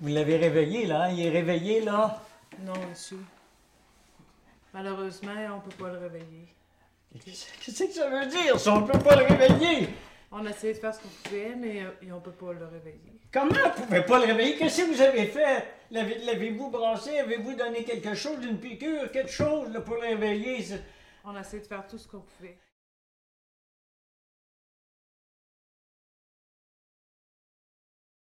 Vous l'avez réveillé, là. hein? Il est réveillé, là. Non, monsieur. Malheureusement, on peut pas le réveiller. Qu'est-ce que ça veut dire, ça? On peut pas le réveiller. On a essayé de faire ce qu'on pouvait, mais euh, et on peut pas le réveiller. Comment on pouvait pas le réveiller? Qu'est-ce que vous avez fait? L'avez- L'avez-vous brassé? Avez-vous donné quelque chose, une piqûre, quelque chose, là, pour le réveiller? C'est- On a essayé de faire tout ce qu'on pouvait.